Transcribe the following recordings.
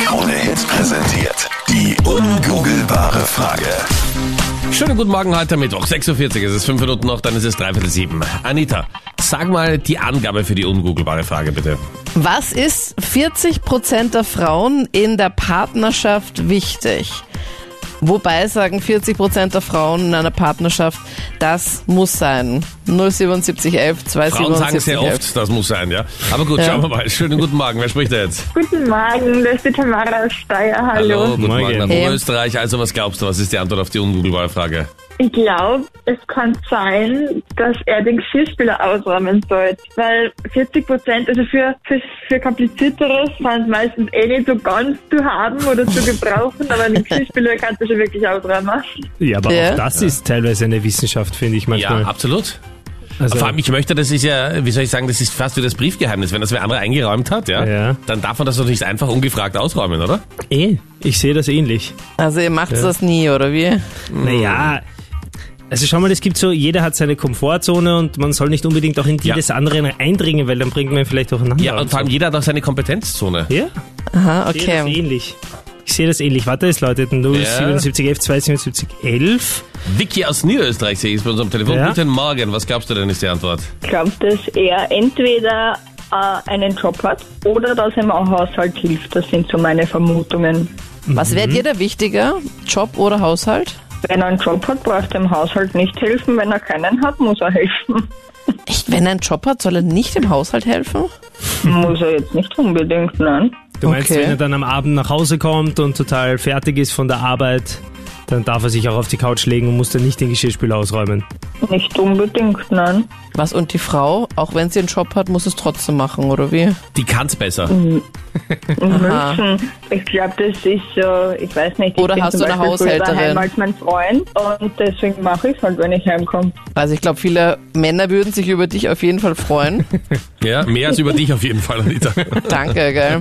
Krone Hits präsentiert. Die ungoogelbare Frage. Schönen guten Morgen heute Mittwoch, 6.40 Uhr, es ist 5 Minuten noch, dann ist es dreiviertel sieben. Anita, sag mal die Angabe für die ungoogelbare Frage bitte. Was ist 40% der Frauen in der Partnerschaft wichtig? Wobei sagen 40% der Frauen in einer Partnerschaft, das muss sein. 07711 Frauen sagen sehr oft, das muss sein, ja. Aber gut, Ja. schauen wir mal. Schönen guten Morgen, wer spricht da jetzt? Guten Morgen, das ist die Tamara aus Steyr. Hallo. guten Morgen. Morgen nach Hey. Österreich. Also was glaubst du, was ist die Antwort auf die ungoogelbare Frage? Ich glaube, es kann sein, dass er den Geschirrspüler ausräumen sollte, weil 40 Prozent, also für, für, für komplizierteres sind meistens eh nicht so ganz zu haben oder zu gebrauchen, aber den Geschirrspüler kannst du schon wirklich ausräumen. Ja, aber Ja. auch das ist teilweise eine Wissenschaft, finde ich Ja, manchmal. absolut. also, Vor allem, ich möchte, das ist ja, wie soll ich sagen, das ist fast wie das Briefgeheimnis. Wenn das wer andere eingeräumt hat, ja, Ja. dann darf man das doch nicht einfach ungefragt ausräumen, oder? E. eh, ich sehe das ähnlich. Also ihr macht das nie, oder wie? Mm. Naja, also schau mal, es gibt so, jeder hat seine Komfortzone und man soll nicht unbedingt auch in die Ja. des anderen eindringen, weil dann bringt man vielleicht durcheinander. Ja, und vor allem so. jeder hat auch seine Kompetenzzone. Ja, Aha, ich sehe das Ah, okay. ähnlich. Ich sehe das ähnlich. Warte, es läutet 077 F277 11. Vicky aus Niederösterreich sehe ich ist bei uns am Telefon. Ja. Guten Morgen, was glaubst du denn ist die Antwort? Ich glaube, dass er entweder äh, einen Job hat oder dass er im Haushalt hilft. Das sind so meine Vermutungen. Was Mhm. wäre dir da wichtiger? Job oder Haushalt? Wenn er einen Job hat, braucht er im Haushalt nicht helfen. Wenn er keinen hat, muss er helfen. Echt, wenn er einen Job hat, soll er nicht im Haushalt helfen? muss er jetzt nicht unbedingt, nein. Du meinst, Okay. wenn er dann am Abend nach Hause kommt und total fertig ist von der Arbeit, dann darf er sich auch auf die Couch legen und muss dann nicht den Geschirrspüler ausräumen. Nicht unbedingt, nein. Was, und die Frau, auch wenn sie einen Job hat, muss es trotzdem machen, oder wie? Die kann's besser. Müssen. Ich glaube, das ist so, ich weiß nicht. Oder ich bin hast zum du eine Beispiel früher Haushälterin? daheim als mein Freund und deswegen mache ich es halt, wenn ich heimkomme. Also ich glaube, viele Männer würden sich über dich auf jeden Fall freuen. Ja, mehr als über dich auf jeden Fall, Anita. Danke, gell?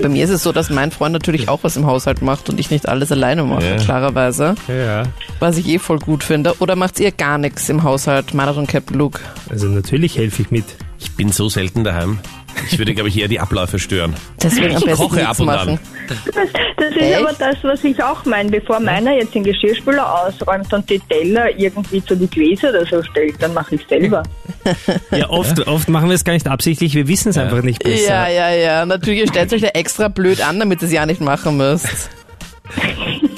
Bei mir ist es so, dass mein Freund natürlich auch was im Haushalt macht und ich nicht alles alleine mache, Ja. klarerweise. Ja. Was ich eh voll gut finde. Oder macht ihr gar nichts im Haushalt, Marathon Captain Luke? Also natürlich helfe ich mit. Ich bin so selten daheim. Ich würde, glaube ich, eher die Abläufe stören. Deswegen am Ich besten koche nichts ab und machen. an. Das ist Echt? aber das, was ich auch meine. Bevor meiner jetzt den Geschirrspüler ausräumt und die Teller irgendwie zu die Gläser oder so stellt, dann mache ich selber. Ja, oft, oft machen wir es gar nicht absichtlich, wir wissen es einfach nicht Ja, besser. ja, ja. Natürlich ihr stellt euch da extra blöd an, damit ihr es ja nicht machen müsst.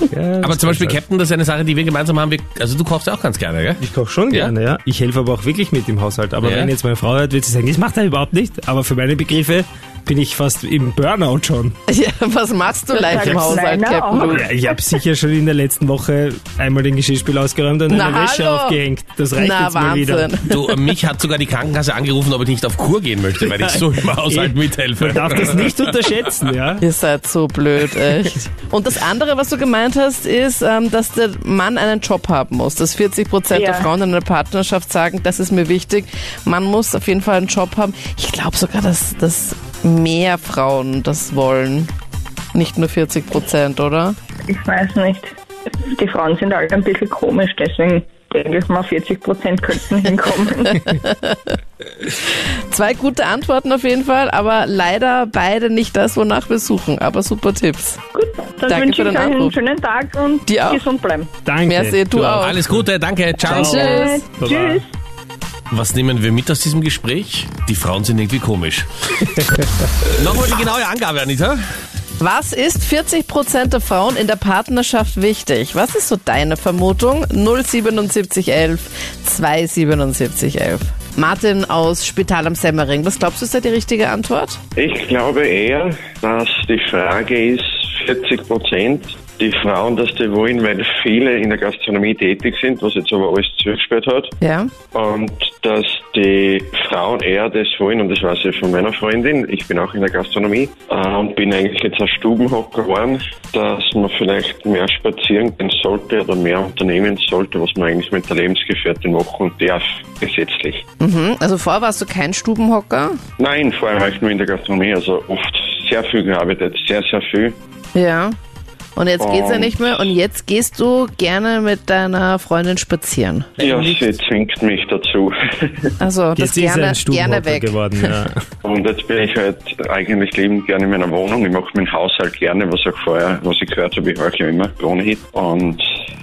Aber zum Beispiel, Captain, das ist eine Sache, die wir gemeinsam haben. Wir, also du kochst ja auch ganz gerne, gell? Ich koche schon Ja. gerne, ja. Ich helfe aber auch wirklich mit im Haushalt. Aber Ja. wenn jetzt meine Frau hört, wird sie sagen, das macht er überhaupt nicht. Aber für meine Begriffe bin ich fast im Burnout schon. Ja, was machst du live im sagt Haushalt, meiner Captain auch. Luke? Ja, ich habe sicher schon in der letzten Woche einmal den Geschirrspüler ausgeräumt und Na, eine Wäsche hallo. aufgehängt. Das reicht Na, jetzt mal wieder. Wahnsinn. Du, äh, mich hat sogar die Krankenkasse angerufen, ob ich nicht auf Kur gehen möchte, weil ich so im Haushalt Ich- mithelfe. Man darf das nicht unterschätzen, ja. Ihr seid so blöd, echt. Und das andere, was du gemeint hast, ist, ähm, dass der Mann einen Job haben muss. Dass 40 Prozent der Ja. Frauen in einer Partnerschaft sagen, das ist mir wichtig. Man muss auf jeden Fall einen Job haben. Ich glaube sogar, dass, dass mehr Frauen das wollen. Nicht nur 40 Prozent, oder? Ich weiß nicht. Die Frauen sind alle ein bisschen komisch, deswegen denke ich mal, 40 Prozent könnten hinkommen. Zwei gute Antworten auf jeden Fall, aber leider beide nicht das, wonach wir suchen. Aber super Tipps. Gut, dann Danke wünsche für ich den euch einen Anruf. schönen Tag und Dir auch. gesund bleiben. Danke. Merci, du auch. Alles Gute, danke, ciao. Tschüss. Baba. Tschüss. Was nehmen wir mit aus diesem Gespräch? Die Frauen sind irgendwie komisch. Nochmal die genaue Angabe, Anita. Was ist 40% der Frauen in der Partnerschaft wichtig? Was ist so deine Vermutung? 07711 27711. Martin aus Spital am Semmering, was glaubst du, ist da die richtige Antwort? Ich glaube eher, dass die Frage ist, 40 Prozent die Frauen, dass die wollen, weil viele in der Gastronomie tätig sind, was jetzt aber alles zugesperrt hat. Ja. Und dass die Frauen eher das wollen, und das weiß ich von meiner Freundin, ich bin auch in der Gastronomie äh, und bin eigentlich jetzt ein Stubenhocker geworden, dass man vielleicht mehr spazieren gehen sollte oder mehr unternehmen sollte, was man eigentlich mit der Lebensgefährtin machen darf, gesetzlich. Hm, Also vorher warst du kein Stubenhocker? Nein, vor allem halt nur in der Gastronomie, also oft sehr viel gearbeitet, sehr, sehr viel. Ja. Und jetzt geht's ja Und- nicht mehr und jetzt gehst du gerne mit deiner Freundin spazieren. Ja, sie zwingt mich dazu. Also das Jetzt ist er gerne, ein gerne Stubenhocker weg. geworden, ja. Und jetzt bin ich halt eigentlich lebend gerne in meiner Wohnung. Ich mache meinen Haushalt gerne, was auch vorher, was ich gehört habe, ich höre ja immer Krone-Hit. Und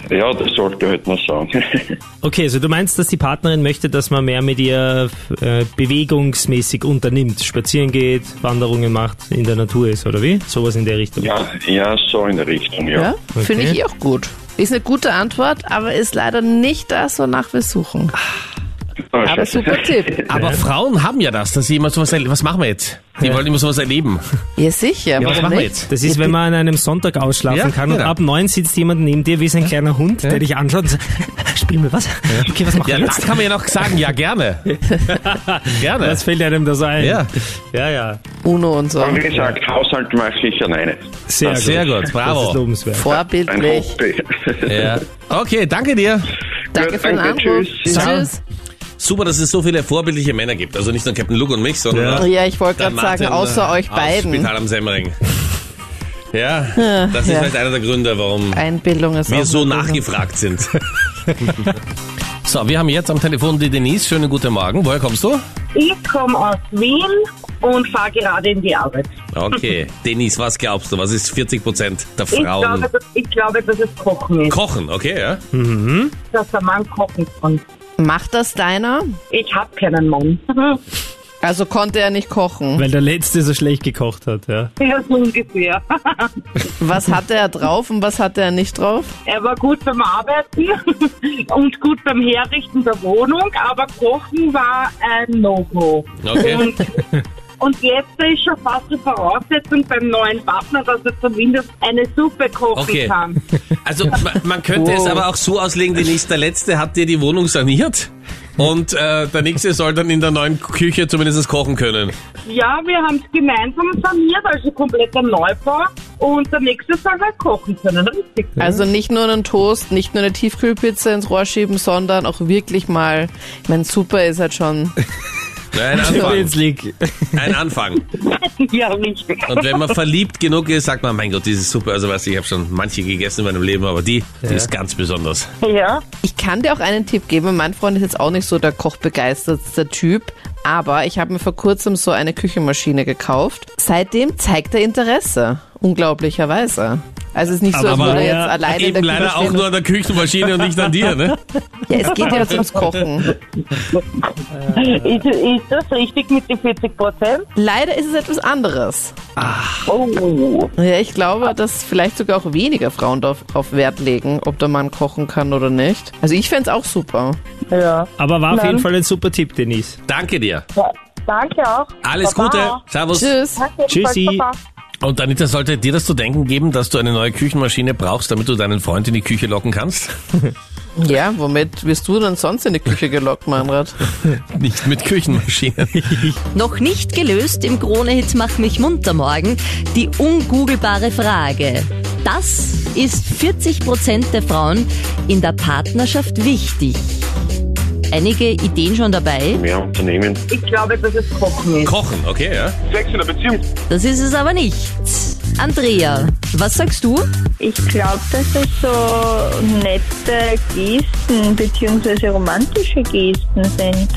ja, das sollte halt man sagen. Okay, also du meinst, dass die Partnerin möchte, dass man mehr mit ihr äh, bewegungsmäßig unternimmt, spazieren geht, Wanderungen macht, in der Natur ist, oder wie? Sowas in der Richtung. ja, ja, so in der Richtung, ja. Ja, finde Okay. ich eh auch gut. Ist eine gute Antwort, aber ist leider nicht das, wonach wir suchen. Ah, Aber scheiße. super Tipp. Aber Frauen haben ja das, dass sie immer sowas erleben. Was machen wir jetzt? Die wollen immer sowas erleben. Ja, sicher. was warum machen wir nicht? jetzt? Das ist, wenn man an einem Sonntag ausschlafen Ja, kann und genau. ab neun sitzt jemand neben dir wie so ein kleiner Hund, der dich anschaut und sagt, spiel mir was? Okay, was machen Ja, wir da jetzt? kann man ja noch sagen, ja, gerne. gerne. Das fällt einem da so ein. Ja. ja. ja. Uno und so. Aber wie gesagt, Haushalt mache ich alleine. Sehr, Ah, gut. sehr gut, bravo. Das ist lobenswert. Ein Vorbildlich. Hobby. ja. Okay, danke dir. Danke für den danke, Anruf. tschüss. Ciao. Tschüss. Super, dass es so viele vorbildliche Männer gibt. Also nicht nur Captain Luke und mich, sondern auch Ja, ich wollte der gerade sagen, Martin äh, außer euch aus beiden. Spital am Semmering. Ja, das ist ja. Äh, vielleicht einer der Gründe, warum Einbildung ist auch wir so eine Bildung. nachgefragt sind. so, wir haben jetzt am Telefon die Denise. Schönen guten Morgen. Woher kommst du? Ich komme aus Wien und fahre gerade in die Arbeit. Okay, Denise, was glaubst du? Was ist 40% der Ich Frauen? glaube, dass, ich glaube, dass es Kochen ist, Kochen, okay, ja. dass der Mann kochen kann. Macht das deiner? Ich habe keinen Mann. Also konnte er nicht kochen. Weil der Letzte so schlecht gekocht hat, ja. Ja, so ungefähr. Was hatte er drauf und was hatte er nicht drauf? Er war gut beim Arbeiten und gut beim Herrichten der Wohnung, aber Kochen war ein No-Go. Okay. Und, und jetzt ist schon fast die Voraussetzung beim neuen Partner, dass er zumindest eine Suppe kochen Okay. kann. Also ma- man könnte es aber auch so auslegen, Denise, der Letzte hat dir die Wohnung saniert und äh, der Nächste soll dann in der neuen Küche zumindest kochen können. Ja, wir haben es gemeinsam saniert, also kompletter Neubau. Und der nächste soll halt kochen können, richtig? Also nicht nur einen Toast, nicht nur eine Tiefkühlpizza ins Rohr schieben, sondern auch wirklich mal, ich meine, super ist halt schon. Ein Anfang. Champions League. Ein Anfang. Ja, richtig. Und wenn man verliebt genug ist, sagt man, mein Gott, diese Suppe, also weiß ich, ich habe schon manche gegessen in meinem Leben, aber die, die ist ganz besonders. Ja. Ich kann dir auch einen Tipp geben. Mein Freund ist jetzt auch nicht so der kochbegeistertste Typ, aber ich habe mir vor kurzem so eine Küchenmaschine gekauft. Seitdem zeigt er Interesse. Unglaublicherweise. Also es ist nicht so, als Aber würde er er jetzt alleine in Eben der Küche leider auch stehen. nur an der Küchenmaschine und nicht an dir, ne? und- ja, es geht ja jetzt ums Kochen. Ist, ist das richtig mit den 40 Prozent? Leider ist es etwas anderes. Oh. Ja, ich glaube, dass vielleicht sogar auch weniger Frauen darauf auf Wert legen, ob der Mann kochen kann oder nicht. Also ich fänd's auch super. Ja. Aber war auf Nein. jeden Fall ein super Tipp, Denise. Danke dir. Danke auch. Alles Gute. Servus. Tschüss. Tschüssi. Und Anita, sollte dir das zu denken geben, dass du eine neue Küchenmaschine brauchst, damit du deinen Freund in die Küche locken kannst? Ja, womit wirst du denn sonst in die Küche gelockt, Meinrad? Nicht mit Küchenmaschinen. Noch nicht gelöst im Krone-Hit Mach mich munter morgen die ungoogelbare Frage. Das ist 40% der Frauen in der Partnerschaft wichtig. Einige Ideen schon dabei? Mehr Unternehmen. Ich glaube, dass es Kochen ist. Kochen, okay, ja. Das ist es aber nicht. Andrea, was sagst du? Ich glaube, dass es so nette Gesten beziehungsweise romantische Gesten sind.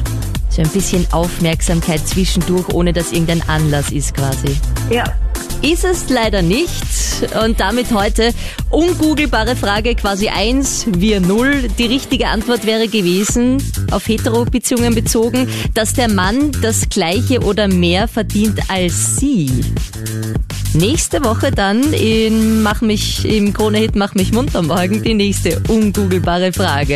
So ein bisschen Aufmerksamkeit zwischendurch, ohne dass irgendein Anlass ist quasi. Ja. Ist es leider nicht. Und damit heute ungoogelbare Frage quasi 1, wir 0. Die richtige Antwort wäre gewesen, auf Hetero-Beziehungen bezogen, dass der Mann das gleiche oder mehr verdient als sie. Nächste Woche dann in Mach mich im Krone-Hit Mach mich munter morgen die nächste ungoogelbare Frage.